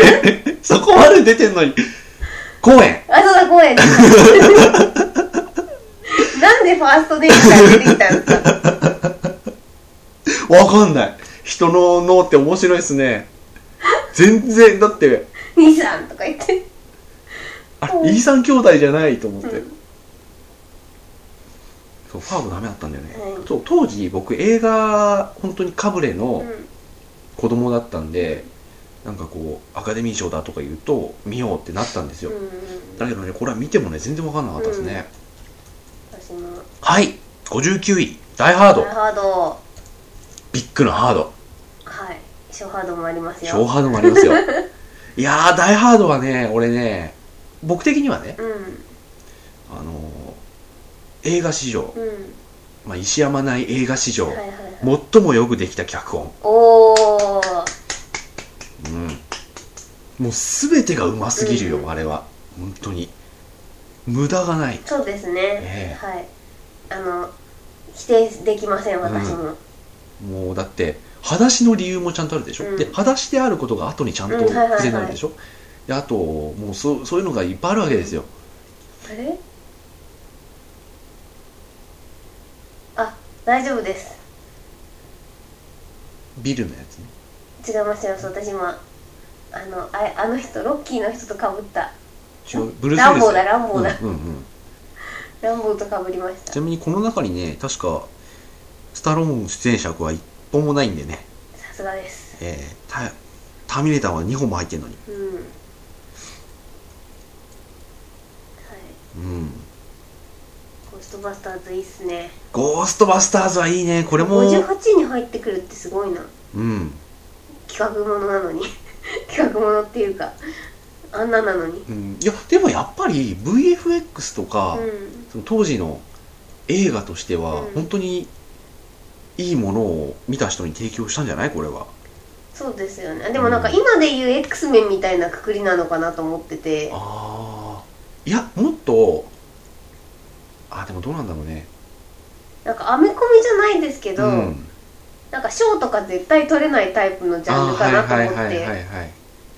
S1: そこまで出てんのにコーエン
S2: あそうだ公園 でしたなんでファーストデートから出てきたんですか
S1: わかんない人の脳って面白いですね全然だって
S2: 兄さんとか言って
S1: あ
S2: うん
S1: イーサン兄弟じゃないと思って、
S2: うん
S1: そうファーゴダメだったんだよね、
S2: うん
S1: そう当時僕映画本当にカブレの子供だったんで、なんかこうアカデミー賞だとか言うと見ようってなったんです
S2: う
S1: よ、
S2: ん、うん、
S1: だけどねこれは見てもね全然わかんなかったですね、
S2: 私も
S1: はい59位「ダイハード
S2: ダイ」ハード
S1: ビッグのハード
S2: はい小ハードもありますよ
S1: 小ハードもありますよいやー「ダイハード」はね俺ね僕的にはね
S2: うん
S1: あのー映画史上、
S2: うん
S1: まあ、石山内映画史上、
S2: はいはいはい
S1: 最もよくできた脚本
S2: おお
S1: もう全てがうますぎるよ、
S2: うん
S1: あれは本当に無駄がない
S2: そうですね、
S1: え
S2: はいあの否定できません私も、
S1: もうだって裸足の理由もちゃんとあるでしょ、
S2: うん
S1: で裸足であることが後にちゃんと
S2: うんはいはいはい
S1: 癖になるでしょ、であともうそうそういうのがいっぱいあるわけですよ
S2: あれあ大丈夫です
S1: ビルのやつね
S2: 違いましたよ私今あのああの人ロッキーの人とかぶった
S1: 違うブルース・ウ
S2: ラ
S1: ィ
S2: ン
S1: リス
S2: ボーだランボーだ、
S1: うんうんうん、
S2: ランボーとかぶりまし
S1: ち
S2: た
S1: なみにこの中にね確かスタローン出演者は1本もないんでね、
S2: さすがです
S1: えータターミネーターは2本も入ってるのに
S2: うんはい
S1: うん
S2: ゴーストバスターズいいっすね
S1: ゴーストバスターズはいいねこれも
S2: 58に入ってくるってすごいな
S1: うん
S2: 企画ものなのに 企画ものっていうかあんななのに
S1: うん、いやでもやっぱり VFX とか、
S2: うん
S1: その当時の映画としては
S2: うん
S1: 本当にいいものを見た人に提供したんじゃないこれは
S2: そうですよねでもなんか今で言う X メンみたいなくくりなのかなと思ってて
S1: ああいやもっとあでもどうなんだろうね
S2: なんかアメコミじゃないですけど、
S1: うん
S2: なんか賞とか絶対取れないタイプのジャンルかなと
S1: あー
S2: 思っ
S1: はいはいはい
S2: て
S1: はいはい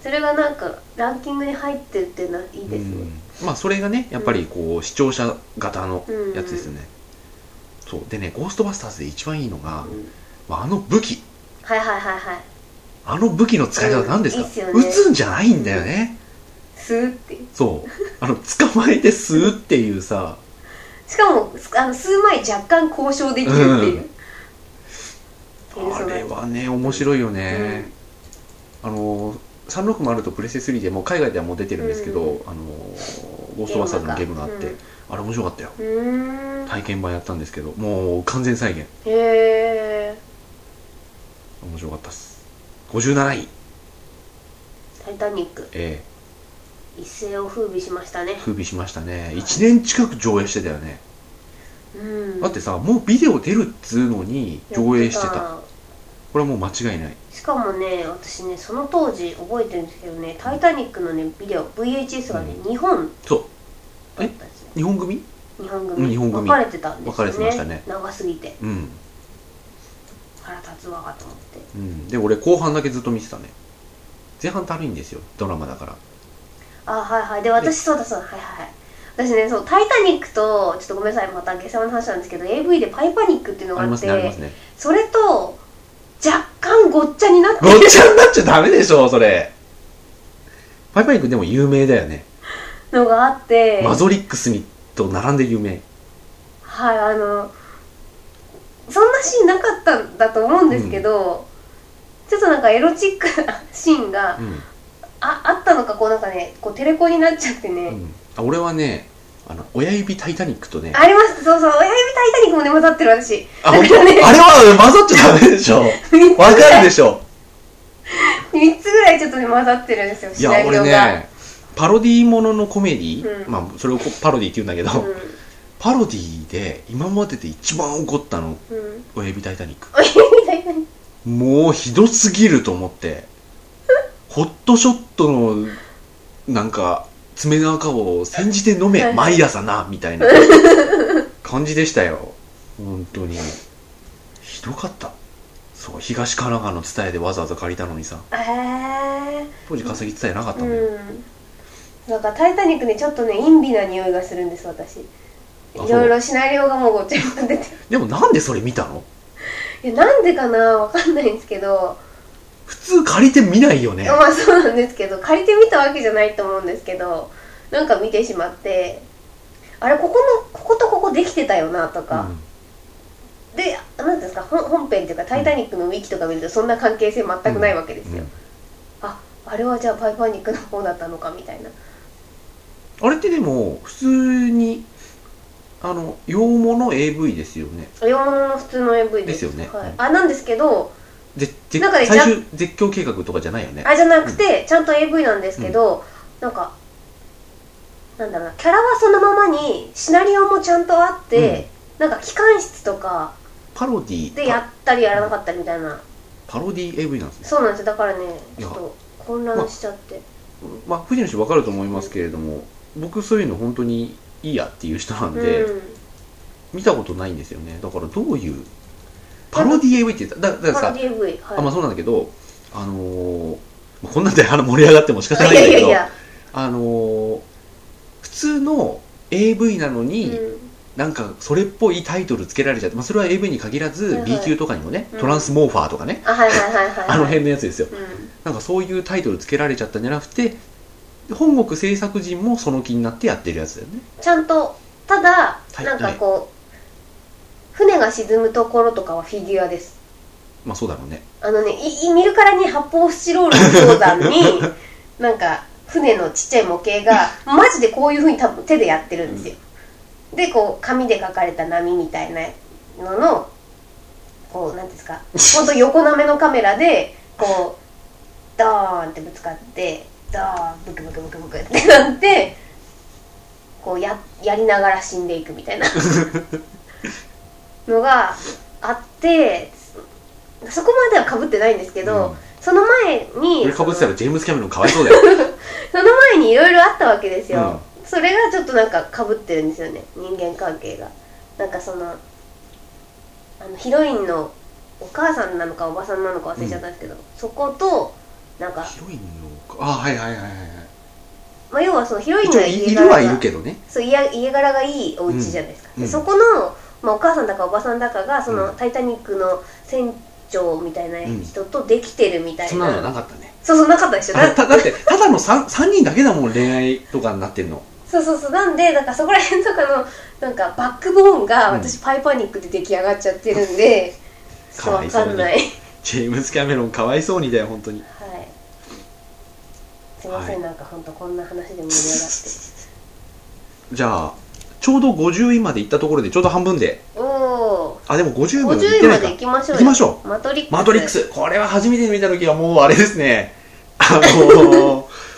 S2: それがなんかランキングに入ってるってないいですね、
S1: うんまあそれがねやっぱりこう視聴者型の
S2: うん
S1: やつですよね、そうでね「ゴーストバスターズ」で一番いいのが、
S2: うん
S1: まあ、あの武器
S2: はいはいはいはい
S1: あの武器の使い方は何ですか、
S2: うんいいっすよね
S1: 撃つんじゃないんだよね、
S2: スーっていう
S1: そうあの捕まえて吸うっていうさ
S2: しかもすあの吸う前若干交渉できるっていう、ペルソ
S1: あ
S2: ナ
S1: れはね面白いよね、あの360とプレステ3でもう海外ではもう出てるんですけど、
S2: う
S1: あのゴーストバスターズのゲームがあって、
S2: うん
S1: あれ面白かったよ
S2: うーん
S1: 体験版やったんですけどもう完全再現
S2: へえ
S1: 面白かったっす57位
S2: 「タイタニック
S1: え」
S2: 一世を風靡しましたね
S1: え、風靡しましたね
S2: い
S1: 1年近く上映してたよね、
S2: うん、
S1: だってさもうビデオ出るっつうのに上映してた
S2: やっ
S1: これはもう間違いない
S2: しかもね私ねその当時覚えてるんですけどね「タイタニック」のねビデオ VHS がね、
S1: う
S2: 日本
S1: そう
S2: だったんですよ
S1: 日本組
S2: 日本
S1: う
S2: 組
S1: ん日本組
S2: 分かれてたんで
S1: 分
S2: すよね
S1: かれてましたね
S2: 長すぎて
S1: うん、
S2: 腹立つわかと思って
S1: うん、で俺後半だけずっと見てたね前半たるいんですよドラマだから
S2: あはいはいで私そうだそうだはいはいはい私ねそう「タイタニック」とちょっとごめんなさいまた下世話の話なんですけど AV で「パイパニック」っていうのが
S1: あり
S2: あ
S1: ま
S2: っ
S1: す
S2: て
S1: ねありますね
S2: それと若干ごっちゃになって
S1: ごっちゃになっちゃダメでしょそれパイパイ君でも有名だよね、
S2: のがあって
S1: マゾリックスにと並んで有名
S2: はいあのそんなシーンなかったんだと思うんですけど、ちょっとなんかエロチックなシーンが
S1: うん、
S2: ああったのかこうなんかねこうテレコになっちゃってね、
S1: うんあ俺はねあの親指タイタニックとね
S2: ありましたそうそう親指タイタニックもね混ざってる私
S1: あ本当
S2: だ
S1: あ
S2: から
S1: れ
S2: ね
S1: は混ざっちゃダメでしょ
S2: 3つ
S1: わ
S2: ぐ
S1: からる
S2: い
S1: でしょ
S2: 3つぐらいちょっとね混ざってるんですよ
S1: い
S2: シナ
S1: や
S2: リ
S1: 俺
S2: オが、
S1: ねパロディーもののコメディー、
S2: うん
S1: まあそれをこパロディーって言うんだけど、パロディーで今までで一番怒ったの
S2: うんうん
S1: 親指タイタニック
S2: 親指タイタニック
S1: もうひどすぎると思って、ホットショットの、なんか、爪の赤を煎じて飲め、毎朝な、みたいな感じでしたよ。本当に。ひどかった。そう、東神奈川の伝えでわざわざ借りたのにさ、
S2: え
S1: 当時稼ぎ伝えなかった
S2: ー
S1: んだよ。
S2: うんなんか「タイタニック」ねちょっとね陰微な匂いがするんです私
S1: あ
S2: いろいろシナリオがもうごっちゃになってて
S1: でもなんでそれ見たの
S2: いやなんでかなわかんないんですけど、
S1: 普通借りて見ないよね。
S2: まあそうなんですけど借りてみたわけじゃないと思うんですけどなんか見てしまってあれここのこことここできてたよなとか、でなんていうんですか本本編っていうか「タイタニック」のウィキとか見るとそんな関係性全くないわけで
S1: う
S2: す
S1: ん
S2: よ、
S1: うん
S2: ああれはじゃあパイパニックの方だったのかみたいな
S1: あれってでも、普通に、あの、洋物 AV ですよね。
S2: 洋物の普通の AV です
S1: ですよね
S2: はい
S1: うん
S2: あなんですけど
S1: ぜぜ
S2: なんかね
S1: 最終絶叫計画とかじゃないよね
S2: あじゃなくて、ちゃんと AV なんですけど、なんかなんだろうなキャラはそのままにシナリオもちゃんとあって、なんか機関室とか
S1: パロディ
S2: でやったりやらなかったりみたいな
S1: パパロディ AV なんですね
S2: そうなんですよだからね
S1: い
S2: ち
S1: や
S2: ょっと混乱しちゃって、
S1: まあ藤野氏分かると思いますけれども僕そういうの本当にいいやっていう人なんで、
S2: うん、
S1: 見たことないんですよねだからどういうパロディ AV って言っただだか
S2: パ
S1: ら
S2: ラ
S1: さ
S2: DV はい
S1: あまあそうなんだけどあのーまあこんなんであの盛り上がっても仕方ないんだ
S2: いや
S1: け
S2: い
S1: ど
S2: やいや、
S1: あのー普通の AV なのに、なんかそれっぽいタイトルつけられちゃって、まあ、それは AV に限らず、
S2: はいはい
S1: B 級とかにもね、
S2: うん
S1: トランスモーファーとかね、
S2: あはいはいはいはい、はい、
S1: あの辺のやつですよ
S2: うん
S1: なんかそういうタイトルつけられちゃったんじゃなくて本国制作陣もその気になってやってるやつだよね
S2: ちゃんとただ
S1: はい
S2: なんかこう、船が沈むところとかはフィギュアです
S1: まあそうだろうね
S2: あのねいい見るからに発泡スチロールの氷山 になんか船のちっちゃい模型がマジでこういうふうに多分手でやってるんですよ、でこう紙で書かれた波みたいなののこうなんていうんですかほんと横なめのカメラでこうドーンってぶつかってドーンブクブクブクブクってなってこうややりながら死んでいくみたいなのがあってそこまではかぶってないんですけど、
S1: うん
S2: その前に
S1: これかぶってたらジェームス・キャメロンかわいそうだよ、
S2: その前にいろいろあったわけですよ、それがちょっとなんかかぶってるんですよね人間関係がなんかそのあのヒロインのお母さんなのかおばさんなのか忘れちゃったんですけど、そことなんか、
S1: ヒロインのあはいはいはいはいはい
S2: まあ、要はそのヒロイン
S1: 一
S2: の
S1: 応いいるはいるけどね
S2: そう家家柄がいいお家じゃないですか、
S1: うん
S2: で
S1: うん
S2: そこの、まあ、お母さんだかおばさんだかがその「
S1: うん
S2: タイタニック」の船長みたいな人とできてるみたい
S1: そんな
S2: な、
S1: のなかったね
S2: そうそうなかったでしょ
S1: あれ
S2: だ
S1: ただってただの 3, 3人だけだもん恋愛とかになってんの
S2: そうそうそうなんでだからそこら辺とかのなんかバックボーンが
S1: うん
S2: 私、パイパニックで出来上がっちゃってる んでちょっとわかんないはい
S1: ジェームス・キャメロンかわいそうにだよ本当に
S2: すいません、
S1: はい
S2: なんかほんとこんな話で盛り上がって
S1: じゃあちょうど50位まで行ったところでちょうど半分で
S2: おお
S1: あでも50位
S2: 50
S1: まで行っ
S2: 位
S1: てな
S2: ま
S1: いか
S2: で行きましょう
S1: 行
S2: よ
S1: きましょ
S2: マトリックス
S1: マトリックスこれは初めて見た時はもうあれですねあの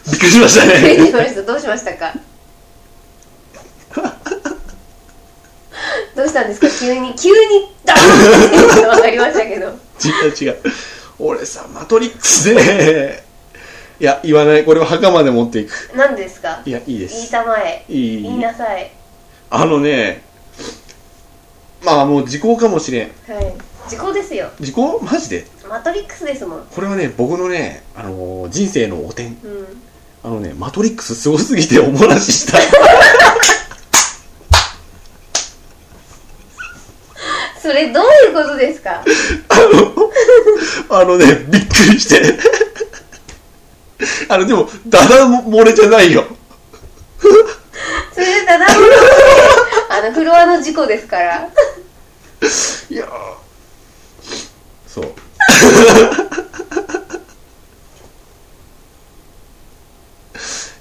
S1: ー、びっくりしました
S2: びっくり
S1: ね
S2: しましたどうしました かどうしたんですか急に急にダーンって言うの分かりましたけど
S1: 違う違う俺さマトリックスでいや言わないこれは墓まで持っていく
S2: 何ですか
S1: いやいいで
S2: 言い
S1: す
S2: たまえ
S1: いいいい
S2: 言いなさい
S1: あのねまあもう時効かもしれん
S2: はい時効ですよ
S1: 時効マジで
S2: マトリックスですもん
S1: これはね僕のね、あのー人生の汚点
S2: うん
S1: あのねマトリックスすごすぎておもらしした
S2: それどういうことです か
S1: あのね、びっくりして。 あの、でも、ダダ漏れじゃないよ。
S2: それただのあのフロアの事故です から
S1: いやーそう。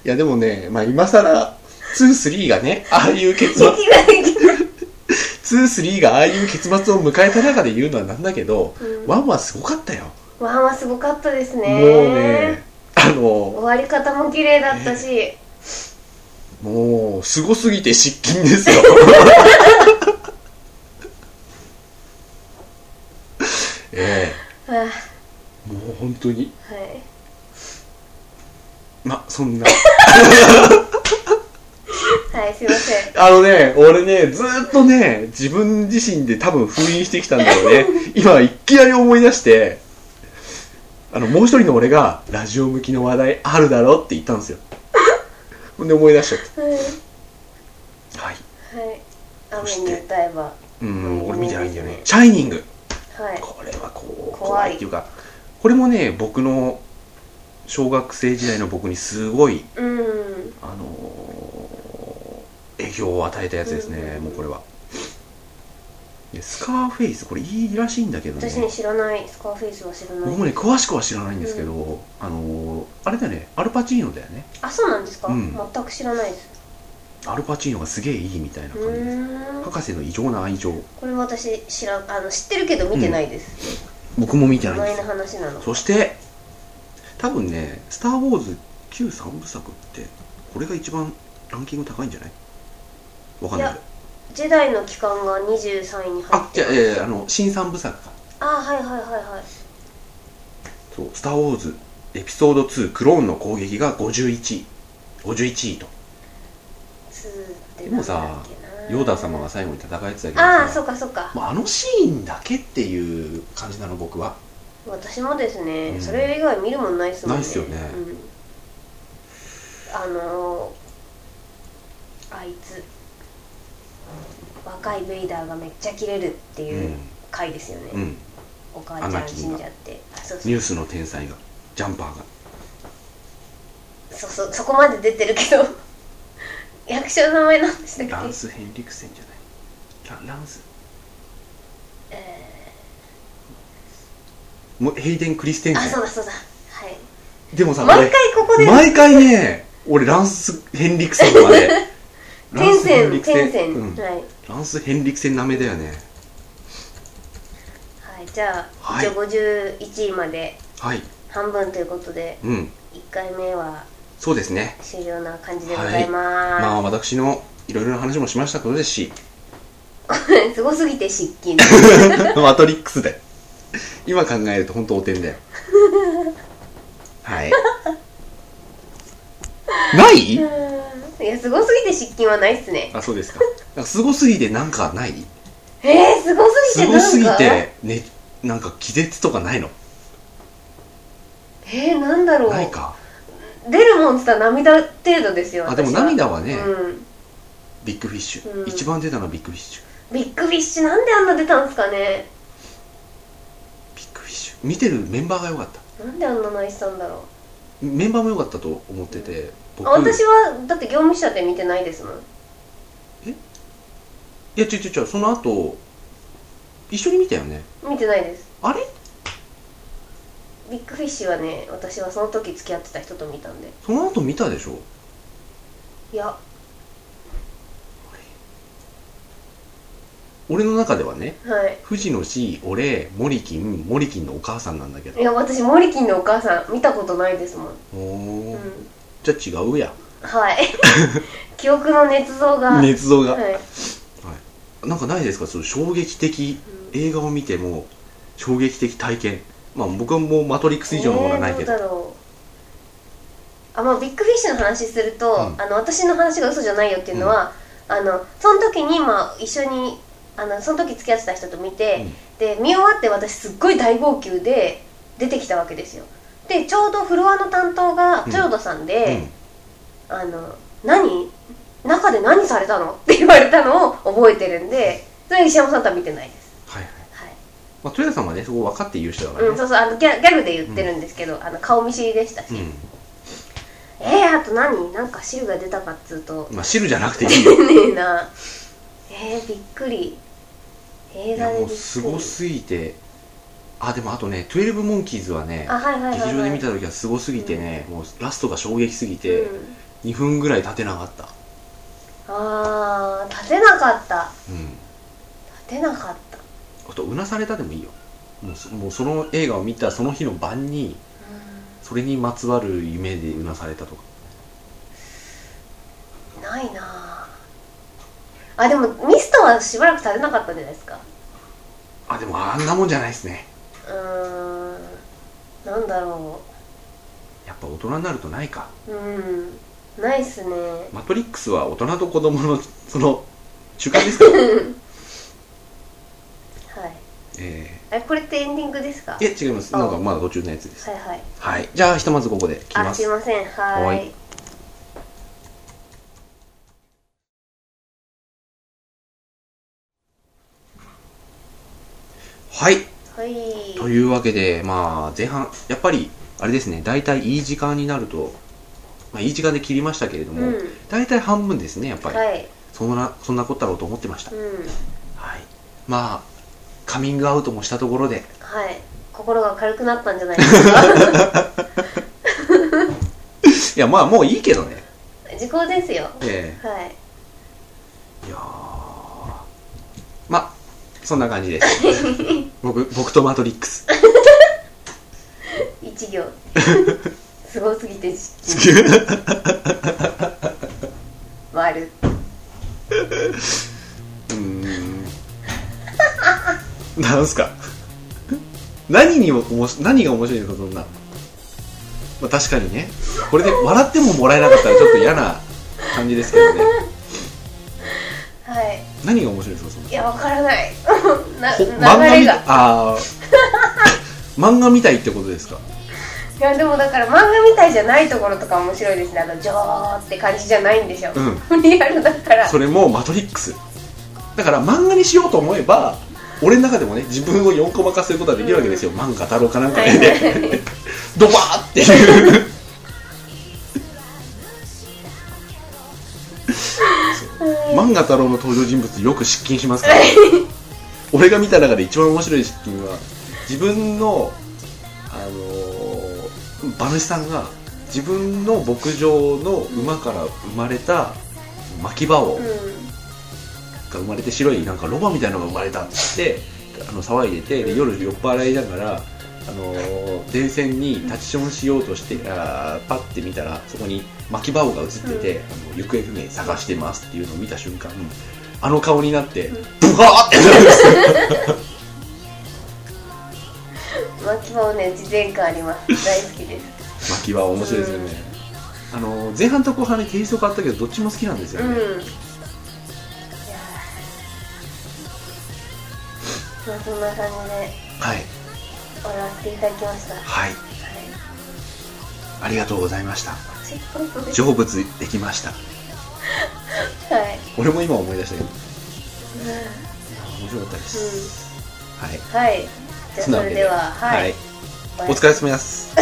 S1: いや、でもね、まあ、今さら、2、3がね、ああいう結末、
S2: 息ができない
S1: 2、3がああいう結末を迎えた中で言うのはなんだけど、
S2: うん
S1: ワンはすごかったよ。
S2: わあまあすごかったですね
S1: もうね、あの、
S2: 終わり方も綺麗だったし、
S1: もう、すごすぎて失禁ですよ。 え
S2: はあ
S1: えもう本当に。
S2: はい
S1: ま、そんな。
S2: はい、すいません。
S1: あのね、俺ね、ずーっとね、自分自身で多分封印してきたんだよね。今、いきなり思い出して、あの、もう一人の俺が、ラジオ向きの話題あるだろって言ったんですよ。ほんで思い出しちゃっ
S2: は
S1: た。は
S2: い。
S1: い。
S2: はい。
S1: そ
S2: 雨
S1: し
S2: に
S1: て
S2: 歌えば。は
S1: うん、俺見てないんだよね。シャイニング。
S2: い。
S1: これはこう
S2: 怖い
S1: 怖いっていうかこれもね僕の小学生時代の僕にすごい、
S2: うん。
S1: あのー影響を与えたやつですね、
S2: うん
S1: もうこれはでスカーフェイスこれいいらしいんだけどね
S2: 私ね、知らない。スカーフェイスは知ら
S1: 僕
S2: な
S1: も
S2: い。
S1: ね詳しくは知らないんですけど、あのーあれだよねアルパチーノだよね
S2: あ、そうなんですか
S1: うん
S2: 全く知らないです。
S1: アルパチーノがすげえいいみたいな
S2: う
S1: 感じです
S2: ーん。
S1: 博士の異常な愛情
S2: これ私知らあの知ってるけど見てないです。
S1: 僕も見てないんです
S2: 前の
S1: よ
S2: 話なの。
S1: そして多分ね「スター・ウォーズ」旧3部作ってこれが一番ランキング高いんじゃないわかんない
S2: いやジェダイの期間が23位に入
S1: あ
S2: っ
S1: じ
S2: て
S1: ゃあ,、
S2: る。
S1: えーあの新3部作か
S2: あ、はいはいはいはい。
S1: そう「スター・ウォーズ」エピソード2クローンの攻撃が51位51位と
S2: ツーって
S1: でもさヨーダ様が最後に戦えてたけど
S2: ああ
S1: さ
S2: ーそうかそうか
S1: まあ、あのシーンだけっていう感じなの僕は
S2: 私もですね、
S1: うん
S2: それ以外見るもんないっすもんね
S1: ないっすよね
S2: うん、あのーあいつ若いベイダーがめっちゃキレるって
S1: う、
S2: いうん回ですよね、
S1: うん、
S2: お母ち
S1: ア
S2: ゃ
S1: ナ
S2: ん
S1: キ
S2: 死
S1: ンが
S2: んじゃってあそうそ
S1: ニュ
S2: う
S1: ースの天才がジャンパーが
S2: そうそうそこまで出てるけど 役者の名前なんでしたっけ
S1: ランス・ヘンリクセンじゃないラランスもうヘイデン・クリステン
S2: あ
S1: セ
S2: そうだそうだはい
S1: ンでもさ
S2: 毎回ここで
S1: 俺毎回ね俺ランス・ヘンリクセンま で
S2: 天線天線、
S1: うん
S2: はい、はい、
S1: ランス・ヘンリクセンなめだよね
S2: じゃあ、
S1: はい
S2: 一応51位まで
S1: はい
S2: 半分ということで
S1: うん
S2: 1回目は
S1: そうですね
S2: 終了な感じでございます、
S1: まあ私のいろいろな話もしましたことですし
S2: すごすぎて失禁
S1: マトリックスで今考えると本当おてんだよはいな
S2: う
S1: い
S2: ーんいやすごすぎて失禁はないっすね
S1: あそうですかなんかすごすぎてなんかない
S2: えー、すごすぎ
S1: す
S2: て
S1: ご
S2: なんか
S1: すぎて、ね、なんか気絶とかないの
S2: えー、なんだろう
S1: ないか
S2: 出るもんっつったら涙程度ですよ
S1: あでも
S2: 私は
S1: 涙はね、
S2: うん
S1: ビッグフィッシュ、
S2: うん
S1: 一番出たのはビッグフィッシュ
S2: ビッグフィッシュなんであんな出たんですかね
S1: ビッグフィッシュ見てるメンバーが良かった
S2: なんであんな泣いてたんだろ
S1: メンバーも良かったと思ってて
S2: う
S1: 僕
S2: あ私はだって業務者で見てないですもん
S1: いや違う違う違うその後一緒に見たよね
S2: 見てないです
S1: あれ
S2: ビッグフィッシュはね私はその時付き合ってた人と見たんで
S1: その後見たでしょ
S2: いや
S1: 俺の中ではね
S2: はい
S1: 藤野 C 俺モリキンモリキンのお母さんなんだけど
S2: いや私モリキンのお母さん見たことないですもん、
S1: おー
S2: うん、
S1: じゃあ違うや
S2: はい 記憶の捏造が、
S1: 捏造が、
S2: はい、
S1: なんかないですかその衝撃的
S2: うん
S1: 映画を見ても衝撃的体験まあ僕はもうマトリックス以上のものはないけど、
S2: えーどうだろうあまあビッグフィッシュの話すると、
S1: うん
S2: あの私の話が嘘じゃないよっていうのは、あのその時にまあ一緒にあのその時付き合ってた人と見て、
S1: うん
S2: で見終わって私すっごい大号泣で出てきたわけですよでちょうどフロアの担当が
S1: うん
S2: 豊田さんで「あの何中で何されたの?」 って言われたのを覚えてるんでそれは石山さんとは見てないです、
S1: はいはい、
S2: はい
S1: まあ、豊田さんはねそこ分かって言う人だからね
S2: うん、そうそうあのギャギャグで言ってるんですけど、あの顔見知りでしたし、えー、あと何なんか汁が出たかっつうと
S1: うんまあ汁じゃなくていいよ
S2: 出ねえなえー、びっくり映
S1: い
S2: 画
S1: や
S2: でび
S1: もう
S2: っくり
S1: すごすぎてあでもあとね「12モンキーズ」はね
S2: あはいはいはい、はい、
S1: 劇場で見た時はすごすぎてね、もうラストが衝撃すぎて、
S2: うん、
S1: 2分ぐらい立てなかった、
S2: あー立てなかった
S1: うん、
S2: 立てなかった、
S1: あとうなされたでもいいよもうそもうその映画を見たその日の晩にそれにまつわる夢でうなされたとか
S2: うん、ないなああでもミストはしばらくされなかったじゃないですか
S1: あでもあんなもんじゃないですね
S2: うーんなんだろ
S1: やっぱ大人になるとないか
S2: ううんないっすね
S1: マトリックスは大人と子供のその中間です から、
S2: はい
S1: え
S2: あれこれってエンディングですか
S1: ー、いや違いますなんかまあ途中のやつです
S2: はいはい
S1: はいじゃあひとまずここで切り
S2: あ
S1: ます
S2: すいませんは
S1: は
S2: ー
S1: い
S2: い
S1: はい
S2: はい
S1: というわけでまあ前半やっぱりあれですね大体いい時間になると、まあ、いい時間で切りましたけれども、
S2: うん
S1: 大体半分ですねやっぱり、
S2: はい、
S1: そんなそんなこったろうと思ってました、
S2: うん、
S1: はいまあカミングアウトもしたところで
S2: はい、心が軽くなったんじゃないですか。
S1: いやまあもういいけどね
S2: 時効ですよ。
S1: え
S2: はい、
S1: えいやーまあそんな感じです 僕僕とマトリックス
S2: 一 行。すごすぎて失禁。割る。
S1: うー んなんすか何にもおもし何が面白いのかそんなまあ、確かにねこれで笑ってももらえなかったらちょっと嫌な感じですけどね
S2: はい
S1: 何が面白いんですか
S2: いやわからない な
S1: そのほ漫画
S2: 流
S1: み
S2: れ
S1: た
S2: が
S1: いあー 漫画みたいってことですか
S2: いやでもだから漫画みたいじゃないところとか面白いですねあのジョーって感じじゃないんでしょ、
S1: う
S2: リアルだから
S1: それもマトリックスだから漫画にしようと思えば俺の中でもね自分を4コマ化することはできるわけですよ、漫画太郎かなんか
S2: は
S1: で、
S2: い
S1: ね、 ドバーっていうそう漫画太郎の登場人物よく失禁しますから俺が見た中で一番面白い失禁は自分のあのー馬主さんが自分の牧場の馬から生まれた牧場を、
S2: う
S1: が生まれて白いなんかロバみたいなのが生まれたって言ってあの騒いでてで夜酔っ払いながら、あのー電線に立ちションしようとしてあーパッて見たらそこに巻きバオが映ってて、あの行方不明探してますっていうのを見た瞬間あの顔になってブワーって なるんですよ
S2: ん巻き棒ね自然感あります大好きです
S1: 巻きバオ面白いですよね、あのー前半と後半にテイスト変わったけどどっちも好きなんですよ
S2: うん
S1: ね、
S2: いやーまあそんな感じで
S1: はい
S2: 終わらせていただきましたは
S1: はい
S2: い
S1: ありがとうございました
S2: ということで
S1: 成仏できました
S2: はい
S1: 俺も今思い出したけどいや面白かったです、はい
S2: はいじゃあそれでははい、
S1: はい、お疲れ様です。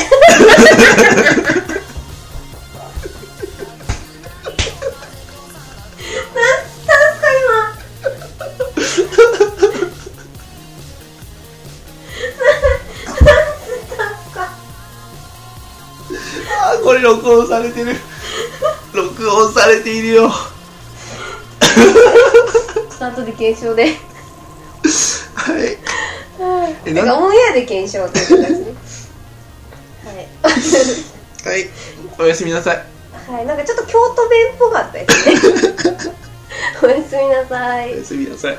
S1: あーこれ録音され てる。録音されているよ。
S2: スタートで検証で
S1: はい。
S2: はい
S1: え
S2: なん
S1: な
S2: かオンエアで検証っていう形ではい
S1: はい。おやすみなさい。
S2: はい、なんか ちょっと京都弁っぽかったですね。おやすみなさい
S1: お。やすみなさい。